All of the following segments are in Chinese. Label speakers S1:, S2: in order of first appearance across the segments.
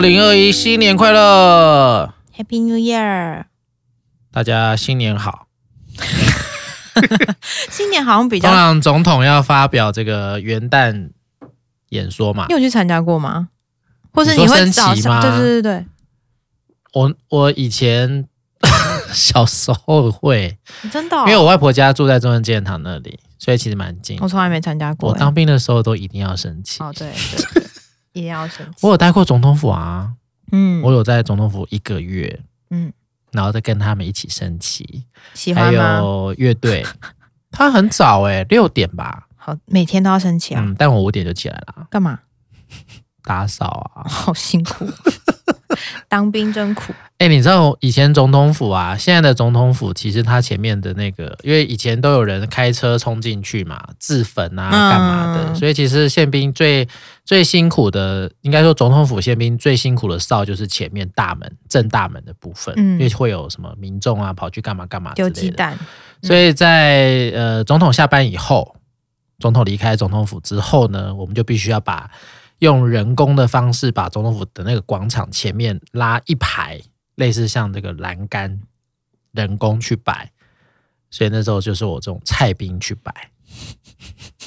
S1: 零二一新年快乐，
S2: Happy New Year！
S1: 大家新年好。
S2: 新年好像比
S1: 通
S2: 较，
S1: 常总统要发表这个元旦演说嘛
S2: 你，有去参加过吗？或是
S1: 你说
S2: 会
S1: 升旗
S2: 早上？
S1: 吗
S2: 对对对对，
S1: 我我以前 小时候会，
S2: 真的哦、
S1: 因为我外婆家住在中正纪念堂那里，所以其实蛮近
S2: 我。从来没参加过、
S1: 我
S2: 欸
S1: 当兵的时候都一定要升旗，
S2: 哦， 对对对，一定要生气
S1: 我。有待过总统府啊，
S2: 嗯，
S1: 我有在总统府一个月，
S2: 嗯，
S1: 然后再跟他们一起升旗，
S2: 喜
S1: 还
S2: 欢吗？
S1: 有乐 队。他很早哎、六点吧，
S2: 好，每天都要生气啊？
S1: 嗯，但我五点就起来了，
S2: 干嘛？
S1: 打扫啊。
S2: 好辛 苦，当兵真苦。
S1: 哎、你知道以前总统府啊，现在的总统府其实它前面的那个，因为以前都有人开车冲进去嘛，自焚啊，
S2: 嗯
S1: 干嘛的，所以其实宪兵最最辛苦的，应该说总统府宪兵最辛苦的哨就是前面大门正大门的部分，因
S2: 嗯
S1: 为会有什么民众啊跑去干嘛干嘛之
S2: 丢
S1: 类的。
S2: 鸡蛋，
S1: 所以在呃总统下班以后，总统离开总统府之后呢，我们就必须要把用人工的方式把总统府的那个广场前面拉一排，类似像这个栏杆，人工去摆。所以那时候就是我这种菜兵去摆。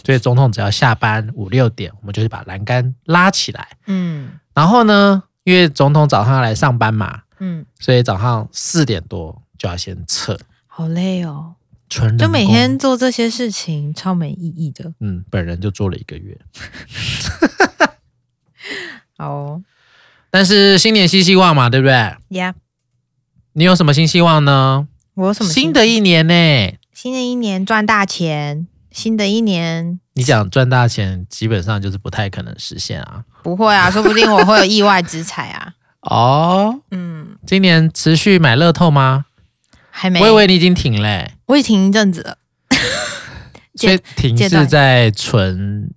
S1: 所以总统只要下班五六点，我们就是把栏杆拉起来。
S2: 嗯
S1: 然后呢，因为总统早上要来上班嘛，
S2: 嗯，
S1: 所以早上四点多就要先撤。
S2: 好累哦，
S1: 纯人
S2: 就每
S1: 工
S2: 天做这些事情，超没意义的。
S1: 嗯，本人就做了一个月。
S2: 好哦
S1: 但是新年新希望嘛，对不对？
S2: 呀
S1: 你有什么新希望呢？
S2: 我有什么
S1: 新的一年呢、
S2: 新的一年赚大钱，新的一年
S1: 你想赚大钱，基本上就是不太可能实现啊。
S2: 不 会啊，说不定我会有意外之财啊。
S1: 哦，
S2: 嗯，
S1: 今年持续买乐透吗？
S2: 还没，
S1: 我以为你已经停嘞、
S2: 我已停一阵子了，
S1: 所
S2: 戒
S1: 以停
S2: 戒
S1: 是
S2: 断
S1: 在存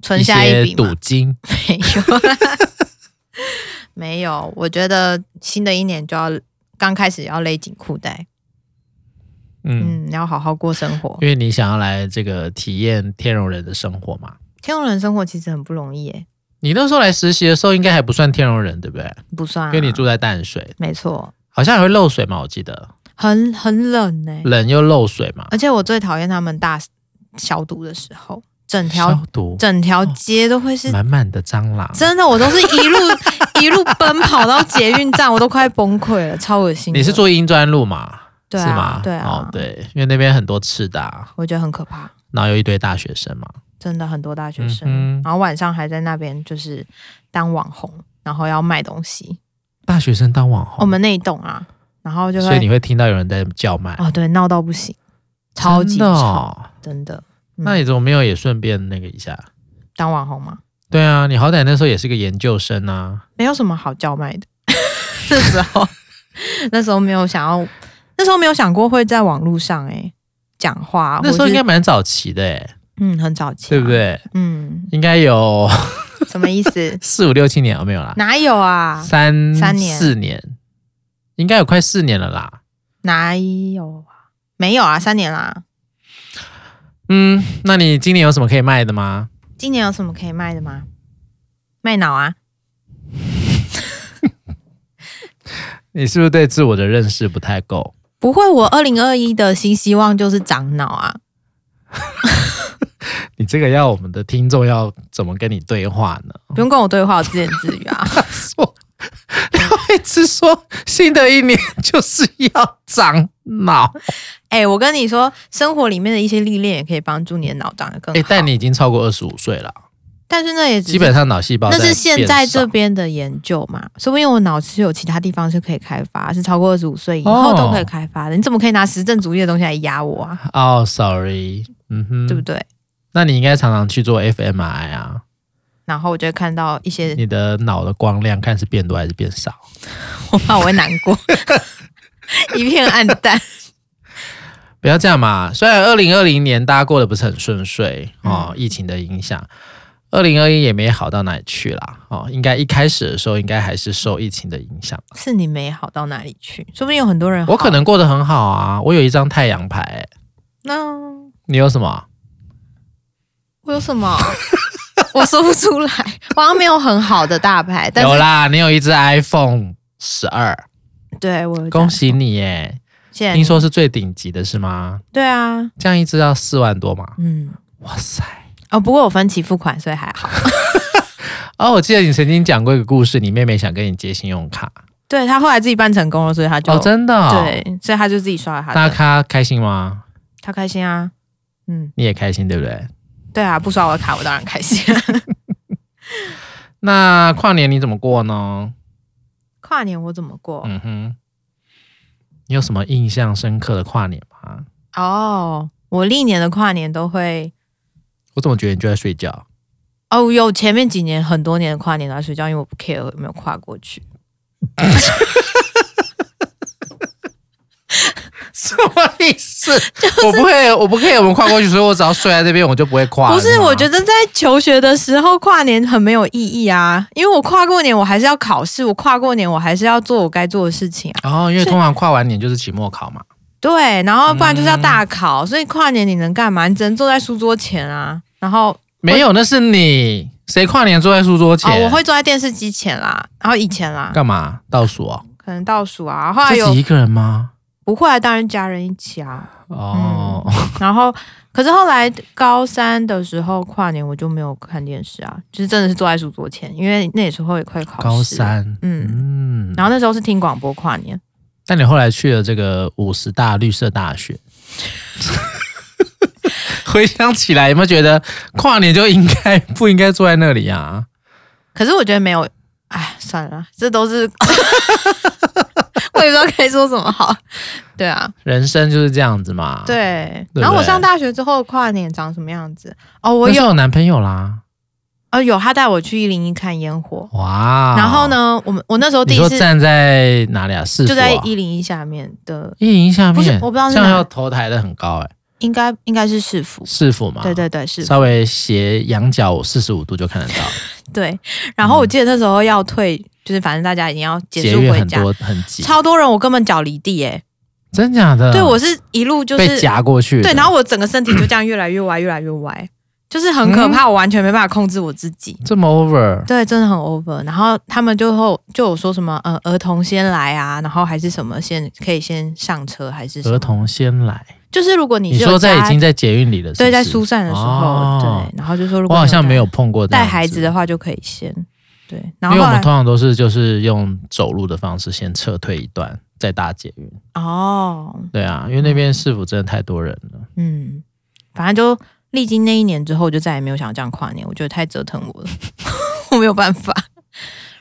S2: 存下
S1: 些
S2: 一笔
S1: 赌
S2: 嘛，
S1: 金。
S2: 没有， 没有。我觉得新的一年就要刚开始要勒紧裤带，
S1: 嗯，
S2: 嗯，要好好过生活。
S1: 因为你想要来这个体验天龙人的生活嘛。
S2: 天龙人生活其实很不容易耶，
S1: 你那时候来实习的时候，应该还不算天龙人，对不对？
S2: 不算、啊，
S1: 因为你住在淡水，
S2: 没错，
S1: 好像还会漏水嘛，我记得
S2: 很很冷呢、
S1: 冷又漏水嘛。
S2: 而且我最讨厌他们大消毒的时候，整条
S1: 消毒，
S2: 整条
S1: 哦
S2: 街都会是
S1: 满满的蟑螂。
S2: 真的，我都是 一路一路奔跑到捷运站，我都快崩溃了，超恶心的。
S1: 你是住英专路嘛？
S2: 对啊
S1: 是吗？
S2: 对啊
S1: 哦，对，因为那边很多赤的啊，
S2: 我觉得很可怕，
S1: 然后有一堆大学生嘛。
S2: 真的很多大学生，
S1: 嗯哼
S2: 然后晚上还在那边就是当网红，然后要卖东西。
S1: 大学生当网
S2: 我
S1: 红，
S2: 们那一栋啊，然后就
S1: 哦所以你
S2: 会
S1: 会听到有人在叫卖，
S2: 哦，对，闹到不行，超级
S1: 真的
S2: 吵，
S1: 哦。
S2: 真的。嗯
S1: 那你怎么没有也顺便那个一下？
S2: 当网红吗？
S1: 对啊，你好歹那时候也是个研究生啊。
S2: 没有什么好叫卖的， 那时候 那时候没有想要，那时候没有想过会在网络上哎、讲话，啊
S1: 那时
S2: 或
S1: 候
S2: 是
S1: 应该蛮早期的、欸，
S2: 嗯很早期、
S1: 对不？对？
S2: 嗯，
S1: 应该有？
S2: 什么意思
S1: 四五六七年，哦，没有啦，
S2: 哪有啊？
S1: 三
S2: 三年
S1: 四年，应该有快四年了啦。
S2: 哪有啊？没有啊，三年啦。
S1: 嗯，那你今年有什么可以卖的吗？
S2: 今年有什么可以卖的吗？卖脑啊？
S1: 你是不是对自我的认识不太够？
S2: 不会，我二零二一的新希望就是长脑啊。
S1: 你这个要我们的听众要怎么跟你对话呢？
S2: 不用跟我对话，我自言自语 啊。
S1: 说，他一直说新的一年就是要长脑。
S2: 哎、我跟你说，生活里面的一些历练也可以帮助你的脑长得更
S1: 哎、
S2: 好。
S1: 但你已经超过二十五岁了，
S2: 但是那也只 是
S1: 基本上脑细胞
S2: 那是
S1: 在
S2: 现
S1: 变
S2: 在
S1: 少
S2: 这边的研究嘛，说不定我脑是有其他地方是可以开发，是超过二十五岁以后都可以开发的。你怎么可以拿实证主义的东西来压我啊？
S1: 哦、s o r r y 嗯哼，
S2: 对不对？
S1: 那你应该常常去做 fMRI 啊，
S2: 然后我就会看到一些，
S1: 你的脑的光亮看是变多还是变少？
S2: 我怕我会难过， 一片暗淡。
S1: 不要这样嘛！虽然二零二零年大家过得不是很顺遂哦，
S2: 嗯
S1: 疫情的影响，二零二一也没好到哪里去啦哦。应该一开始的时候，应该还是受疫情的影响。
S2: 是你没好到哪里去，说不定有很多人好。
S1: 我可能过得很好啊，我有一张太阳牌、
S2: 那
S1: 你有什么？
S2: 我有什么？我说不出来，我好像没有很好的大牌，但
S1: 有
S2: 是
S1: 啦，你有一只 iPhone 十二，
S2: 对我有嗯
S1: 恭喜你耶！
S2: 谢谢你
S1: 听说是最顶级的是吗？
S2: 对啊，
S1: 这样一只要四万多嘛？
S2: 嗯，
S1: 哇塞！
S2: 哦，不过我分期付款，所以还好。
S1: 哦，我记得你曾经讲过一个故事，你妹妹想跟你借信用卡，
S2: 对他后来自己办成功了，所以他就、
S1: 哦，真的、哦，，
S2: 对，所以他就自己刷了他
S1: 那
S2: 的，
S1: 她开心吗？
S2: 他开心啊，嗯，
S1: 你也开心对不对？
S2: 对啊，不刷我的卡我当然开心。啊
S1: 那跨年你怎么过呢？
S2: 跨年我怎么过？
S1: 嗯哼，你有什么印象深刻的跨年吗？
S2: 哦，我历年的跨年都会，
S1: 我怎么觉得你就在睡觉？
S2: 哦，有前面几年很多年的跨年都在睡觉，因为我不 care 有没有跨过去。
S1: 什么意思？我不会，我不可以，我们跨过去，所以我只要睡在这边，我就不会跨。
S2: 不是，我觉
S1: 得
S2: 得在求学的时候跨年很没有意义啊，因为我跨过年我还是要考试，我跨过年我还是要做我该做的事情啊。
S1: 哦，因为通常跨完年就是期末考嘛。
S2: 对，然后不然就是要大
S1: 嗯
S2: 考，所以跨年你能干嘛？你只能坐在书桌前啊，然后
S1: 没有，那是你谁跨年坐在书桌前？
S2: 哦，我会坐在电视机前啦，然后以前啦，
S1: 干嘛倒数哦？
S2: 可能倒数啊，后来
S1: 自己
S2: 有
S1: 一个人吗？
S2: 不会啊，当然家人一起啊，
S1: 哦，
S2: 然后可是后来高三的时候跨年我就没有看电视啊，就是真的是坐在书桌前，因为那时候也快考试，
S1: 高，三，
S2: 嗯
S1: 嗯，
S2: 然后那时候是听广播跨年，
S1: 但你后来去了这个五十大绿色大学，回想起来有没有觉得跨年就应该不应该坐在那里啊？
S2: 可是我觉得没有，哎，算了，这都是 我也不知道该说什么好，对啊，
S1: 人生就是这样子嘛。，
S2: 对，
S1: 啊对
S2: 然后我
S1: 不对
S2: 上大学之后跨年长什么样子？哦，我
S1: 我
S2: 有，
S1: 有男朋友啦，
S2: 呃，有他带我去一零一看烟火。
S1: 哇！
S2: 然后？呢，我们我那时候第
S1: 啊你
S2: 一
S1: 说
S2: 次
S1: 站在哪里啊？市府
S2: 就
S1: 啊
S2: 在一零一下面的，
S1: 一营下面，
S2: 不是我不知道是
S1: 这样
S2: 哪
S1: 要头抬的很高哎、
S2: 应该应该是市府，
S1: 市府嘛，
S2: 对对对市府
S1: 稍微斜仰角四十五度就看得到，
S2: 对。然后我记得那时候要退，就是反正大家已经要 结
S1: 嗯节
S2: 束
S1: 约
S2: 回
S1: 很
S2: 家，
S1: 多很挤，
S2: 超多人，我根本脚离地耶、
S1: 真假的？
S2: 对我是一路就是
S1: 嗯被夹过去的，
S2: 对，然后我整个身体就这样越来越歪，越来越歪，就是很可
S1: 嗯
S2: 怕，我完全没办法控制我自己。
S1: 这么 over，
S2: 对，真的很 over。然后他们就后就有说什么，呃，儿童先来啊，然后还是什么先可以先上车，还是什么
S1: 儿，童先来。
S2: 就是如果你
S1: 你
S2: 是有
S1: 说在已
S2: 家
S1: 经在捷运里了是不是，
S2: 对在疏散的时候，
S1: 哦
S2: 对，然后就说如
S1: 我
S2: 果
S1: 好
S2: 你
S1: 像
S2: 带
S1: 没有碰过这样
S2: 带孩子的，话就可以先对，然后
S1: 因为
S2: 后
S1: 我
S2: 来
S1: 们通常都是就是用走路的方式先撤退一段，再搭捷
S2: 嗯
S1: 运。
S2: 哦，
S1: 对啊，因为那边市府真的太多人了。
S2: 嗯，反正就历经那一年之后，我就再也没有想这样跨年，我觉得太折腾我了， 我没有办法。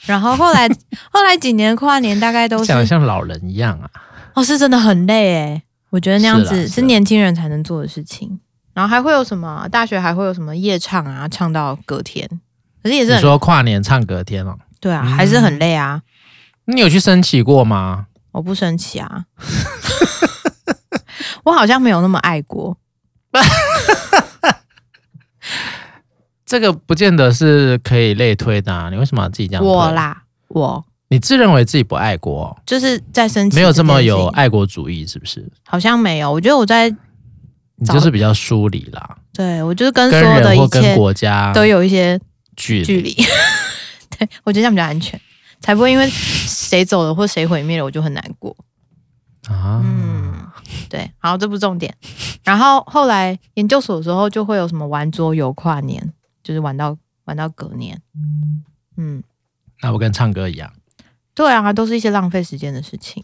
S2: 然后后来后来几年跨年大概都是
S1: 讲的像老人一样啊，
S2: 哦，是真的很累诶，我觉得那样
S1: 是啦
S2: 子
S1: 是
S2: 是
S1: 啦
S2: 年轻人才能做的事情。然后还会有什么？大学还会有什么夜唱啊？唱到隔天，可是也是
S1: 你
S2: 很
S1: 说跨年唱隔天哦，
S2: 对啊，
S1: 嗯
S2: 还是很累啊。
S1: 你有去升旗过吗？
S2: 我不生气 啊，我好像没有那么爱国。
S1: 这个不见得是可以类推的、啊，你为什么要自己这样？
S2: 我，啦，我
S1: 你自认为自己不爱国哦，
S2: 就是在生气，
S1: 没有这么有，爱国主义，是不是？
S2: 好像没有。我觉得我在
S1: 你就是比较疏离啦，
S2: 对我就是跟所
S1: 跟
S2: 有的
S1: 人或
S2: 一
S1: 跟
S2: 切
S1: 国家
S2: 都有一些
S1: 距
S2: 距
S1: 离。
S2: 离。 对我觉得这样比较安全，才不会因为谁走了或谁毁灭了，我就很难过。
S1: 啊，
S2: 嗯，对，好，这不是重点。然后后来研究所的时候，就会有什么玩桌游跨年，就是玩到玩到隔年。嗯，
S1: 那我跟唱歌一样，
S2: 对啊，都是一些浪费时间的事情。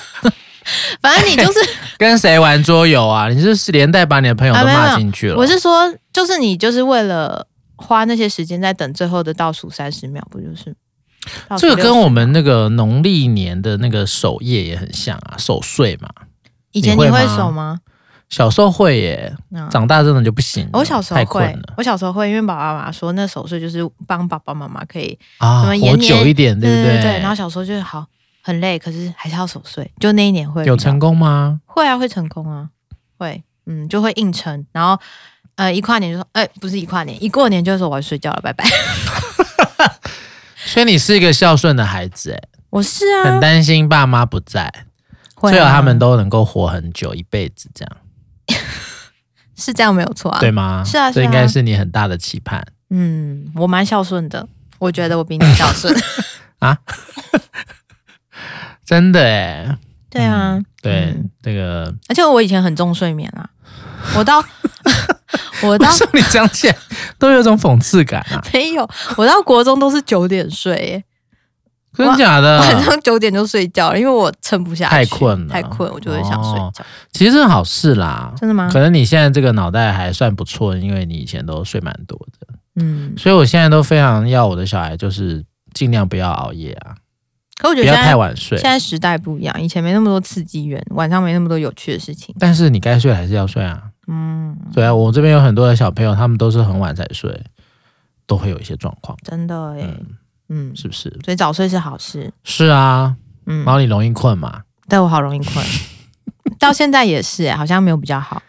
S2: 反正你就是，
S1: 跟谁玩桌游啊？你是不是连带把你的朋友都
S2: 啊没有
S1: 骂进去了？
S2: 我是说，就是你就是为了花那些时间在等最后的倒数三十秒，不就是？倒数
S1: 这个跟
S2: 60
S1: 我们那个农历年的那个守夜也很像啊，守岁嘛。
S2: 以前
S1: 你
S2: 你
S1: 会
S2: 会
S1: 吗
S2: 守吗？
S1: 小时候会耶，
S2: 嗯
S1: 长大真的就不行了。
S2: 我哦小时候
S1: 太困
S2: 会
S1: 了，
S2: 我小时候会，因为爸爸妈妈说那守岁就是帮爸爸妈妈可以
S1: 啊，
S2: 什么
S1: 活
S2: 延年
S1: 久一点，
S2: 对
S1: 不
S2: 对然后小时候就是好很累，可是还是要守岁，就那一年会
S1: 有
S2: 比较
S1: 成功吗？
S2: 会啊，会成功啊，会嗯就会硬撑，然后呃一跨年就说哎、不是一跨年，一过年就说我要睡觉了，拜 拜。
S1: 所以你是一个孝顺的孩子，哎，
S2: 我是啊，
S1: 很担心爸妈不在，
S2: 会啊
S1: 最好他们都能够活很久，一辈子这样，
S2: 是这样没有错啊，
S1: 对吗？
S2: 是啊是
S1: 这
S2: 啊
S1: 应该是你很大的期盼。
S2: 嗯，我蛮孝顺的，我觉得我比你孝 顺。
S1: 真的哎，
S2: 对啊，
S1: 对
S2: 嗯，
S1: 这个
S2: 而且我以前很重睡眠啊，我到我
S1: 为
S2: 到
S1: 什么你讲起来都有一种讽刺感 啊？
S2: 没有，我到国中都是九点睡耶、
S1: 真的假的？
S2: 晚上九点就睡觉了，因为我撑不下
S1: 嗯
S2: 去，
S1: 太困了
S2: 太困，我就会想睡觉。
S1: 其实是好事啦，
S2: 真的吗
S1: 可？能你现在这个脑袋还算不错，因为你以前都睡蛮多的，
S2: 嗯，
S1: 所以我现在都非常要我的小孩就是尽量不要熬夜啊，
S2: 可我觉
S1: 不
S2: 得
S1: 要
S2: 现
S1: 太
S2: 在
S1: 晚睡
S2: 现。在时代不一样，以前没那么多刺激源，晚上没那么多有趣的事情。
S1: 但是你该睡还是要睡啊。
S2: 嗯，
S1: 对啊，我这边有很多的小朋友，他们都是很晚才睡，都会有一些状况，
S2: 真的耶，嗯，
S1: 是不是？
S2: 所以早睡是好事。
S1: 是啊，
S2: 嗯，
S1: 然后你容易困嘛。
S2: 但我好容易 困，到现在也是耶，好像没有比较好，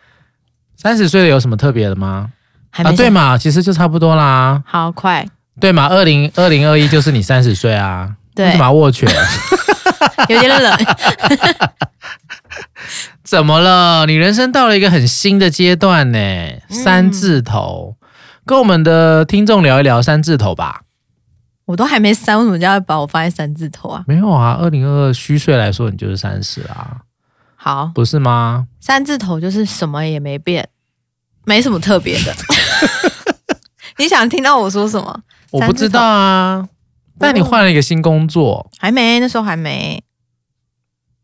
S1: 三十岁了有什么特别的吗？
S2: 还没、
S1: 啊，对，嘛，其实就差不多啦，
S2: 好快，
S1: 对嘛，二零二零二一就是你三十岁啊，为
S2: 对
S1: 什，么要握拳？
S2: 有点冷，
S1: 怎么了？你人生到了一个很新的阶段呢、
S2: 嗯
S1: 三字头，跟我们的听众聊一聊三字头吧。
S2: 我都还没三，为什么就要把我放在三字头啊？
S1: 没有啊，二零二二虚岁来说，你就是三十啦，
S2: 好，
S1: 不是吗？
S2: 三字头就是什么也没变，没什么特别 的。你想听到我说什么？
S1: 我不知道啊。但你换了一个新工作，
S2: 还没，那时候还没，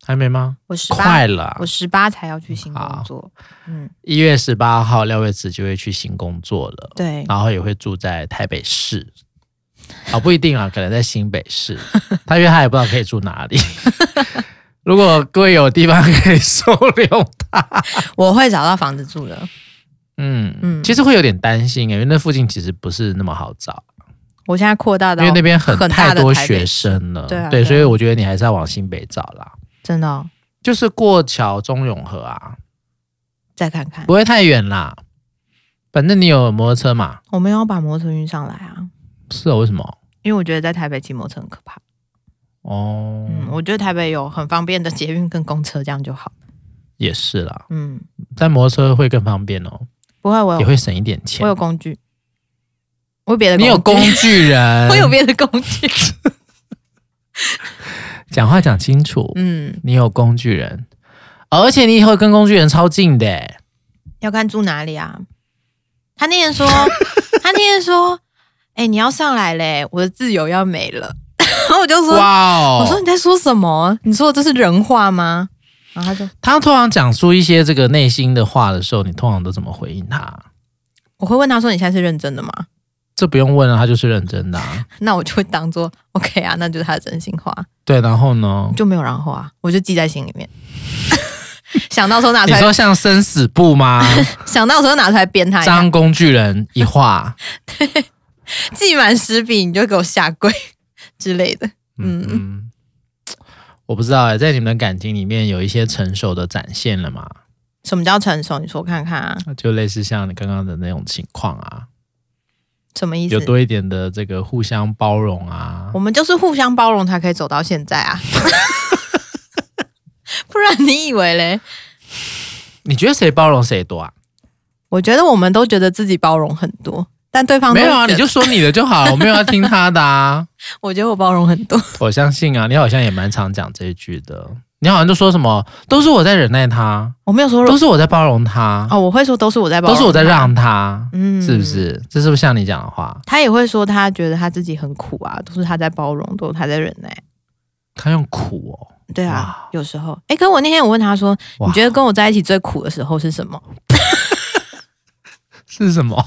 S1: 还没吗？
S2: 我十八，
S1: 快了
S2: 我，十八才要去新工作。嗯，
S1: 一月十八号廖月慈就会去新工作了，
S2: 对，
S1: 然后也会住在台北市。啊、不一定啊，可能在新北 市，他因为他也不知道可以住哪里。 如果各位有地方可以收留
S2: 我会找到房子住的。
S1: 嗯
S2: 嗯
S1: 其实会有点担心、欸，因为那附近其实不是那么好找，
S2: 我现在扩大
S1: 因
S2: 到
S1: 为那边很
S2: 很大
S1: 太
S2: 的
S1: 多
S2: 台北
S1: 学
S2: 市
S1: 生了，
S2: 对啊对
S1: 对，
S2: 啊
S1: 所以我觉得你还是要往新北找啦，
S2: 真的哦、
S1: 就是过桥中永和啊，
S2: 再看看
S1: 不。会太远啦。反正你有摩托车嘛？
S2: 我们要把摩托车运上来啊，
S1: 是哦，为什么？
S2: 因为我觉得在台北骑摩托车很可怕。
S1: 哦，
S2: 嗯，我觉得台北有很方便的捷运跟公车，这样就好。
S1: 也是啦，
S2: 嗯，
S1: 但摩托车会更方便哦，
S2: 不会，我有
S1: 也会省一点钱
S2: 我。有工具，我有别的
S1: 你有
S2: 工
S1: 工
S2: 具，
S1: 具人，
S2: 我有别的工具。
S1: 讲话讲清楚，
S2: 嗯，
S1: 你有工具人，哦而且你以后跟工具人超近的欸，
S2: 要看住哪里啊？他那天说， 他那天说，哎、你要上来嘞，我的自由要没了。 然后我就说，
S1: 哇哦！
S2: 我说你在说什么？你说的这是人话吗？然后他就，
S1: 他通常讲出一些这个内心的话的时候，你通常都怎么回应他？
S2: 我会问他说，你现在是认真的吗？
S1: 这不用问了，他就是认真的、啊。
S2: 那我就会当做 OK 啊，那就是他的真心话，
S1: 对，然后呢？
S2: 就没有然后啊，我就记在心里面， 想到时候拿
S1: 你
S2: 出来，
S1: 说像生死簿 吗？
S2: 想到时候拿出来编他一下
S1: 张，工具人一画，
S2: 记满十笔你就给我下跪之类的。
S1: 嗯嗯，我不知道哎、在你们的感情里面有一些成熟的展现了吗？
S2: 什么叫成熟？你说看看啊，
S1: 就类似像你刚刚的那种情况啊，
S2: 什么意
S1: 有
S2: 思？
S1: 多一点的这个互相包容啊
S2: 我。们就是互相包容才可以走到现在啊， 不然你以为嘞？
S1: 你觉得谁包容谁多啊？
S2: 我觉得我们都觉得自己包容很多，但对方都
S1: 没有啊，你
S2: 觉得
S1: 就说你的就好了，我没有要听他的啊。
S2: 我觉得我包容很多，
S1: 我相信啊，你好像也蛮常讲这一句的。你好像就说什么都是我在忍耐他，
S2: 我没有说
S1: 都是我在包容他，
S2: 哦哦，我会说都是我在包
S1: 都
S2: 容，
S1: 是我在，让他，
S2: 嗯
S1: 是不？是？这是不是像你讲的话？
S2: 他也会说他觉得他自己很苦啊，都是他在包容，都是他在忍耐。
S1: 他用苦哦，
S2: 对啊，有时候，哎、可是我那天我问他说，
S1: 哇
S2: 你觉得跟我在一起最苦的时候是什么？
S1: 是什么？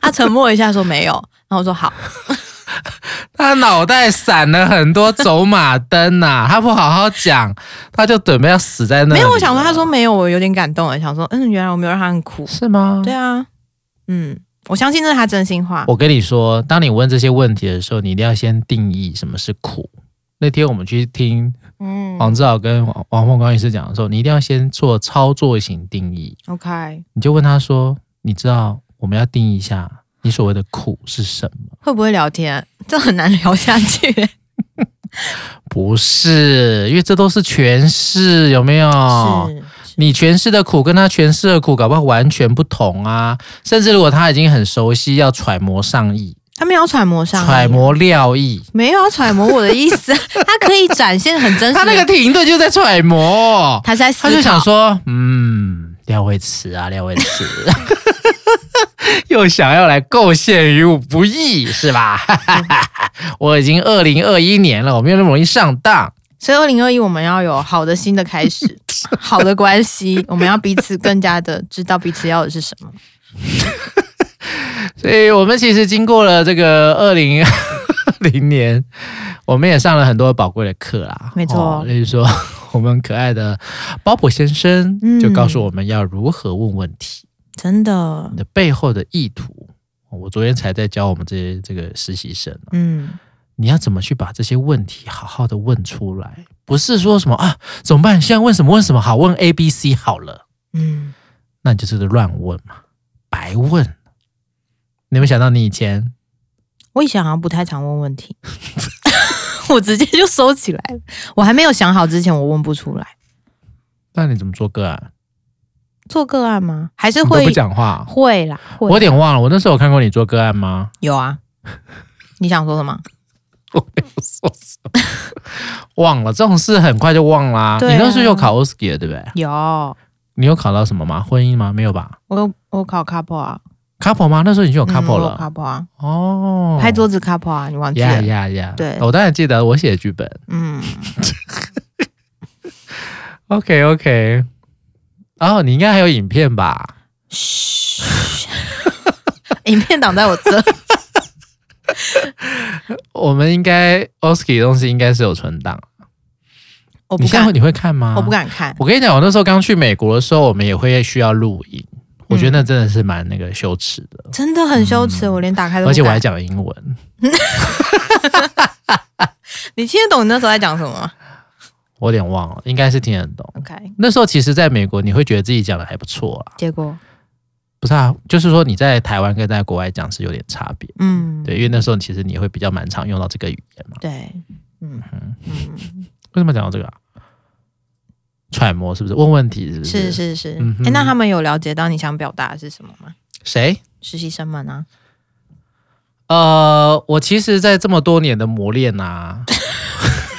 S2: 他沉默一下说没有，然后我说好，
S1: 他脑袋闪了很多走马灯呐、他不好好讲，他就准备要死在那里了。啊
S2: 没有，我想说他说没有，我有点感动了，想说嗯，原来我没有让他很苦。
S1: 是吗？
S2: 对啊，嗯，我相信那是他真心话。
S1: 我跟你说，当你问这些问题的时候，你一定要先定义什么是苦。那天我们去听
S2: 嗯
S1: 黄志豪跟王王凤光医师讲的时候，你一定要先做操作型定义。
S2: ，OK，
S1: 你就问他说：“你知道我们要定义一下你所谓的苦是什么？
S2: 会不会聊天？这很难聊下 去、
S1: 不是，因为这都是诠释，有没有？
S2: 是，是
S1: 你诠释的苦跟他诠释的苦，搞不好完全不同啊。甚至如果他已经很熟悉，要揣摩上意、
S2: 他没有要揣摩上来，
S1: 揣摩料意，
S2: 没有要揣摩我的意 思，他可以展现很真实的。
S1: 他那个停顿就在揣摩，
S2: 他是在思考，
S1: 他就想说，嗯，廖慧慈 啊，廖慧慈，又想要来构陷于我不义，是吧？ 我已经二零二一年了，我没有那么容易上当。
S2: 所以二零二一我们要有好的新的开始，好的关系，我们要彼此更加的知道彼此要的是什么。
S1: 所以我们其实经过了这个二零二零年，我们也上了很多宝贵的课啦。
S2: 没错
S1: 哦例如说 我们可爱的鲍勃先生
S2: 嗯
S1: 就告诉我们要如何问问题，
S2: 真的
S1: 你，的背后的意图。我昨天才在教我们这些这个实习生，
S2: 嗯，
S1: 你要怎么去把这些问题好好的问出来？不是说什么啊，怎么办？现在问什么问什么好？问 A、B、C 好了，
S2: 嗯，
S1: 那你就是乱问嘛，白问。你有没有想到你以前
S2: 我以前好像不太常问问题， 我直接就收起来了。我还没有想好之前，我问不出来。
S1: 那你怎么做个案？
S2: 做个案吗？还是
S1: 你都
S2: 会
S1: 不讲话，
S2: 会啦，
S1: 我有
S2: 会
S1: 点忘了。我那时候有看过你做个案吗？
S2: 有啊。你想说什么？
S1: 我没有说什么，忘了这种事很快就忘啦、
S2: 对啊
S1: 你那时候有考 o s k i 对不对？
S2: 有，
S1: 你有考到什么吗？婚姻吗？没有吧
S2: 我有我有考 couple 啊，
S1: ？couple 吗？那时候已经有 couple
S2: 嗯我有
S1: 了、
S2: couple 啊，
S1: 哦。
S2: 拍桌子 couple 啊，你忘记了
S1: 呀呀呀！
S2: 对
S1: 哦我当然记得，我写剧本。
S2: 嗯，
S1: OK OK，哦，你应该还有影片吧？
S2: 嘘， 影片挡在 我这。
S1: 我们应该 Oski 的东西应该是有存档。
S2: 我
S1: 你
S2: 不
S1: 现在
S2: 敢，
S1: 你会看吗？
S2: 我不。敢看。
S1: 我跟你讲，我那时候刚去美国的时候，我们也会需要录影。
S2: 嗯
S1: 我觉得那真的是蛮那个羞耻的，
S2: 真的很羞耻，我连打开都
S1: 嗯
S2: 不
S1: 而且我还
S2: 敢。
S1: 讲英文。
S2: 你听得懂你那时候在讲什么吗
S1: 我有点忘了，应该是听得懂。
S2: ？OK，
S1: 那时候其实，在美国你会觉得自己讲的还不错啦，
S2: 结果，
S1: 不是啊？就是说你在台湾跟在国外讲是有点差别，
S2: 嗯，
S1: 对，因为那时候其实你会比较蛮常用到这个语言嘛。
S2: 对，嗯嗯，
S1: 为什么讲到这个啊？揣摩是不是？问问题是不
S2: 是是是。
S1: 嗯哼
S2: 哎，那他们有了解到你想表达的是什么吗？
S1: 谁？
S2: 实习生们啊，
S1: 呃，我其实，在这么多年的磨练 啊，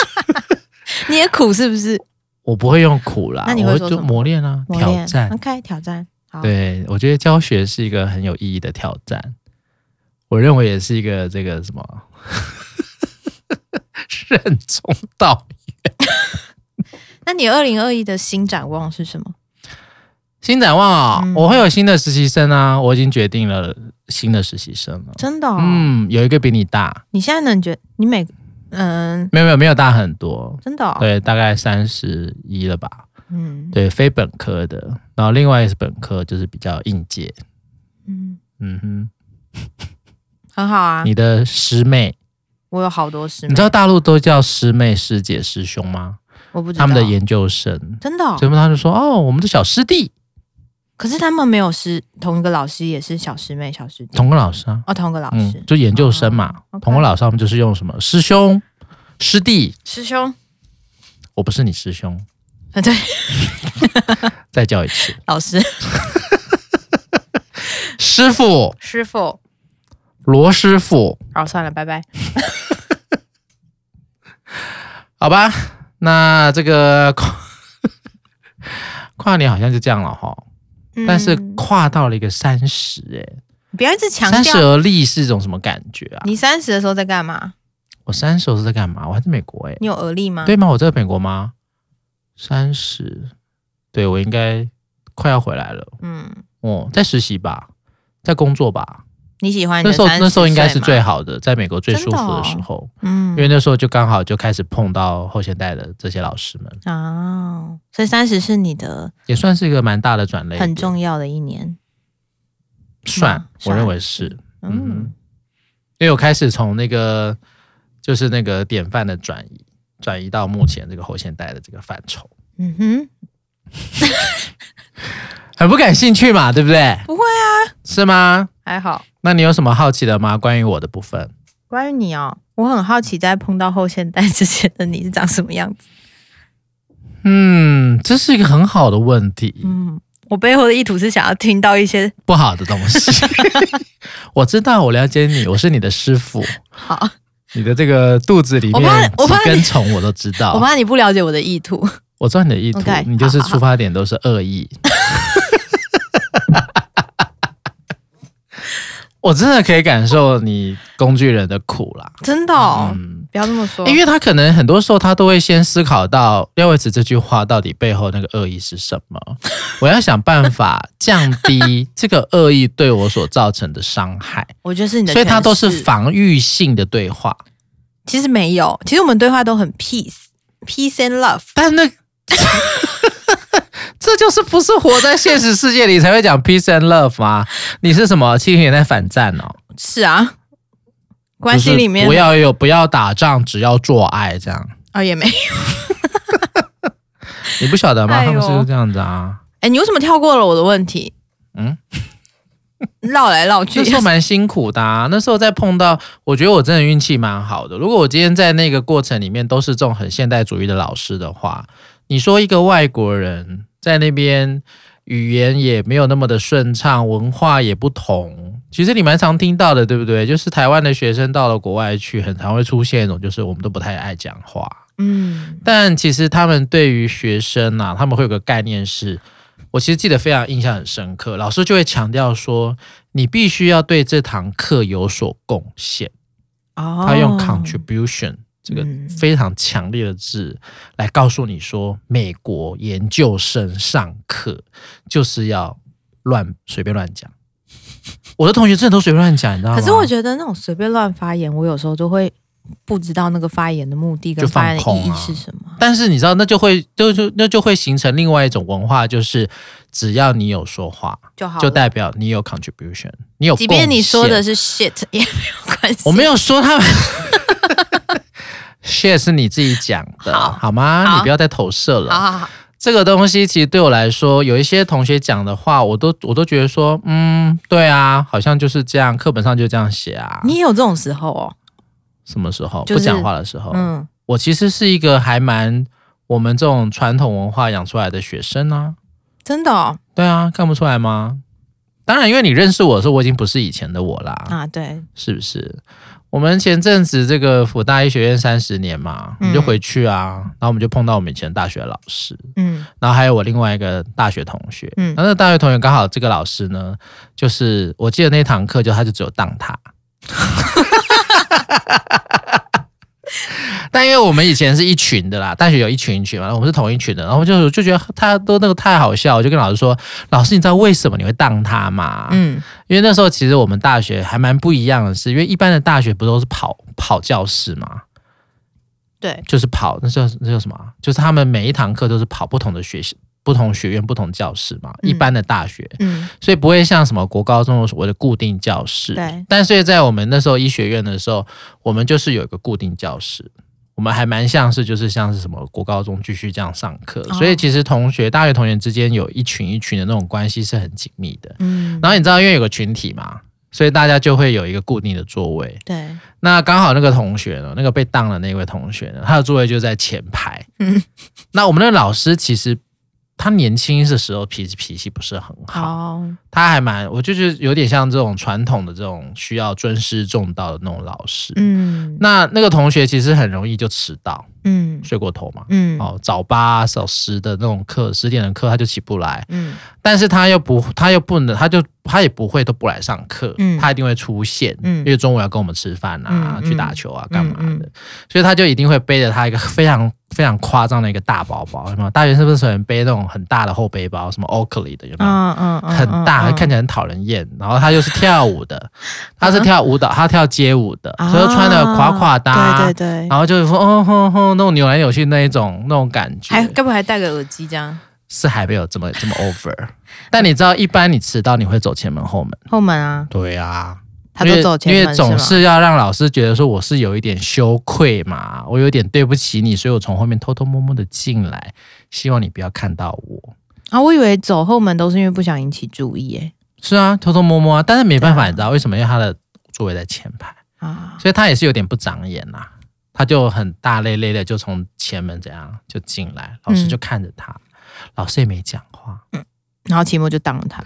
S2: 你也苦是不是？
S1: 我不会用苦啦，
S2: 那你
S1: 我
S2: 会
S1: 会
S2: 说
S1: 就
S2: 什么
S1: 磨练啊，
S2: 磨
S1: 挑
S2: 练
S1: 战。
S2: ，OK，挑战，好，
S1: 对，我觉得教学是一个很有意义的挑战，我认为也是一个这个什么 任重道远。
S2: 那你二零二一的新展望是什么？
S1: 新展望啊、
S2: 嗯
S1: 我会有新的实习生啊，我已经决定了新的实习生了。
S2: 真的哦，
S1: 嗯，有一个比你大，
S2: 你现在能觉你每嗯，
S1: 没有没有没有大很多，
S2: 真的哦，
S1: 对，大概三十一了吧。
S2: 嗯
S1: 对，非本科的，然后另外是本科，就是比较应届。
S2: 嗯，
S1: 嗯哼，
S2: 很好啊，
S1: 你的师妹，
S2: 我有好多师
S1: 你
S2: 妹
S1: 知，道大陆都叫师妹、师姐、师兄吗？
S2: 我不知道
S1: 他们的研究生，
S2: 真的哦
S1: 所以他们就说哦，我们的小师弟，
S2: 可是他们没有师，同一个老师也是小师妹、小师弟
S1: 同个老师啊，
S2: 哦，同一个老师、
S1: 嗯，就研究生嘛，
S2: 哦，OK
S1: 同个老师，他们就是用什么师兄、师弟，
S2: 师兄，
S1: 我不是你师兄，
S2: 啊 对，
S1: 再叫一次，
S2: 老师
S1: 师傅
S2: 师傅，
S1: 罗师傅，
S2: 哦算了，拜拜。
S1: 好吧，那这个 跨跨年好像就这样了哈。
S2: 嗯
S1: 但是跨到了一个三十，
S2: 你不要一直强
S1: 哎，三十
S2: 调
S1: 而立是一种什么感觉啊？
S2: 你三十的时候在干嘛？
S1: 我三十是在干嘛？我还在美国哎、
S2: 你有啊额力吗？
S1: 对吗？我在美国吗？三十，对我应该快要回来了。
S2: 嗯，
S1: 哦，在实习吧，在工作吧。
S2: 你喜欢你
S1: 那
S2: 的
S1: 时候那
S2: 30
S1: 时候应该
S2: 岁
S1: 是
S2: 吗
S1: 最好的，在美国最舒服的时
S2: 真的
S1: 候，
S2: 嗯
S1: 因为那时候就刚好就开始碰到后现代的这些老师们，
S2: 哦，所以三十是你的
S1: 也算是一个蛮大的转类点，
S2: 很重要的一年。
S1: 算
S2: 吗，
S1: 我
S2: 算
S1: 认为是。嗯
S2: 嗯，
S1: 因为我开始从那个就是那个典范的转移，转移到目前这个后现代的这个范畴，
S2: 嗯哼，
S1: 很不感兴趣嘛，对不对？
S2: 不会
S1: 啊，是吗？
S2: 还好。
S1: 那你有什么好奇的吗？关于我的部分，
S2: 关于你哦，我很好奇，在碰到后现代之前的你是长什么样子？
S1: 嗯，这是一个很好的问题，
S2: 嗯，我背后的意图是想要听到 一些
S1: 不好的东 西。我知道，我了解你，我是你的师傅，
S2: 好，
S1: 你的这个肚子里
S2: 我怕
S1: 面
S2: 我怕
S1: 几根虫我都知道，
S2: 我怕你不了解我的意图。
S1: 我知道你的意图
S2: OK，
S1: 你就是
S2: 好好
S1: 出发点都是恶意。 我真的可以感受你工具人的苦啦，
S2: 真的、哦，
S1: 嗯
S2: 不要这么说。
S1: 因为他可能很多时候他都会先思考到廖伟子这句话到底背后那个恶意是什 么，我要想办法降低这个恶意对我所造成的伤害，
S2: 我觉得是你的，
S1: 所以他都是。防御性的对话，
S2: 其实没有，其实我们对话都很 peace。Peace and love，
S1: 但 那这就是不是活在现实世界里才会讲 peace and love 吗？你是什么七天也在反战哦？
S2: 是啊，关系里面
S1: 就是不要有不要打仗，只要做爱这样，
S2: 啊、也没有。
S1: 你不晓得吗？
S2: 哎
S1: 他
S2: 呦
S1: 们是这样子啊，
S2: 哎、你为什么跳过了我的问题？
S1: 嗯，
S2: 绕来绕去
S1: 那，时候蛮辛苦的、啊。那时候再碰到，我觉得我真的运气蛮好的。如果我今天在那个过程里面都是这种很现代主义的老师的话，你说一个外国人在那边语言也没有那么的顺畅，文化也不同。其实你蛮常听到的，对不对？就是台湾的学生到了国外去，很常会出现一种，就是我们都不太爱讲话。
S2: 嗯，
S1: 但其实他们对于学生啊，他们会有个概念是，我其实记得非常印象很深刻，老师就会强调说，你必须要对这堂课有所贡献。
S2: 哦，
S1: 他用 contribution 这个
S2: 嗯
S1: 非常强烈的字来告诉你说，美国研究生上课就是要乱随便乱讲。 我的同学真的都随便乱讲，你知道吗？
S2: 可是我觉得那种随便乱发言，我有时候都会不知道那个发言的目的跟
S1: 就放
S2: 发言的
S1: 空
S2: 意义
S1: 啊
S2: 是什么。
S1: 但是你知道，那就会就就那就会形成另外一种文化，就是只要你有说话，
S2: 就好了，
S1: 就代表你有 contribution，你有贡献。
S2: 即便你说的是 shit 也没有关系。
S1: 我没有说他们 shit 是你自己讲的，
S2: 好
S1: 好吗？
S2: 好
S1: 你不要再投射了。
S2: 好好好，
S1: 这个东西其实对我来说，有一些同学讲的话，我都我都觉得说，嗯，对啊，好像就是这样，课本上就这样写啊。
S2: 你也有这种时候哦。
S1: 什么时候、
S2: 就是
S1: 不讲话的时候？
S2: 嗯，
S1: 我其实是一个还蛮我们这种传统文化养出来的学生啊。
S2: 真的哦
S1: 对啊，看不出来吗？当然，因为你认识我的时候，我已经不是以前的我啦，
S2: 啊，对，
S1: 是不是？我们前阵子这个辅大医学院三十年嘛，我
S2: 嗯
S1: 们就回去啊，然后我们就碰到我们以前的大学老师，
S2: 嗯
S1: 然后还有我另外一个大学同学，嗯，
S2: 嗯
S1: 那那大学同学刚好这个老师呢，就是我记得那堂课就他就只有当他。 但因为我们以前是一群的啦，大学有一群一群嘛，然后我们是同一群的，然后我就就觉得他都那个太好笑，我就跟老师说：“老师，你知道为什么你会当他吗？”
S2: 嗯，
S1: 因为那时候其实我们大学还蛮不一样的是，因为一般的大学不都是跑跑教室嘛，
S2: 对，
S1: 就是跑那叫那叫什么啊？就是他们每一堂课都是跑不同的学习、不同学院、不同教室嘛。
S2: 嗯
S1: 一般的大学，
S2: 嗯
S1: 所以不会像什么国高中有所谓的固定教室。
S2: 对。
S1: 但所以在我们那时候医学院的时候，我们就是有一个固定教室。我们还蛮像是就是像是什么国高中继续这样上课，
S2: 哦
S1: 所以其实同学大学同学之间有一群一群的那种关系是很紧密的。
S2: 嗯，
S1: 然后你知道，因为有个群体嘛，所以大家就会有一个固定的座位。
S2: 对，
S1: 那刚好那个同学呢，那个被当的那位同学呢，他的座位就在前排。
S2: 嗯，
S1: 那我们那个老师其实他年轻的时候脾气脾气不是很好，
S2: 好，嗯
S1: 他还蛮，我就是有点像这种传统的这种需要尊师重道的那种老师。
S2: 嗯
S1: 那那个同学其实很容易就迟到，
S2: 嗯
S1: 睡过头嘛。
S2: 嗯
S1: 哦，早八早十的那种课，十点的课他就起不来，
S2: 嗯
S1: 但是他又不，他又不能，他就他也不会都不来上课，
S2: 嗯
S1: 他一定会出现，
S2: 嗯
S1: 因为中午要跟我们吃饭啊，
S2: 嗯嗯
S1: 去打球啊，干嘛的，
S2: 嗯嗯
S1: 所以他就一定会背着他一个非常非常夸张的一个大包包，有没有？大学生不是很背那种很大的后背包，什么 Oakley 的，有没有？
S2: 嗯嗯，嗯
S1: 很大，
S2: 嗯
S1: 看起来很讨人厌。然后他又是跳舞 的，他是跳舞蹈，他跳街舞的，
S2: 啊
S1: 所以穿的垮垮的啊，
S2: 对对对，
S1: 然后就是说，哦吼吼，那种扭来扭去那一种那种感觉，
S2: 还该不会还戴个耳机这样？
S1: 是还没有这么这么 over。但 你知道，一般你迟到你会走前门后门。
S2: 后门啊，
S1: 对啊，
S2: 他
S1: 因
S2: 都
S1: 为
S2: 走前
S1: 因
S2: 门
S1: 为总
S2: 吗
S1: 是要让老师觉得说我是有一点羞愧嘛，我有点对不起你，所以我从后面偷偷摸摸的进来，希望你不要看到我。
S2: 啊，我以为走后门都是因为不想引起注意诶
S1: 是啊，偷偷摸摸啊，但是没办
S2: 对
S1: 法，
S2: 啊
S1: 你知道为什么？因为他的座位在前排，
S2: 啊，
S1: 所以他也是有点不长眼啦、啊他就很大咧咧的就从前门怎样就进来，老师
S2: 嗯
S1: 就看着他，老师也没讲话，
S2: 然后期末就当了他。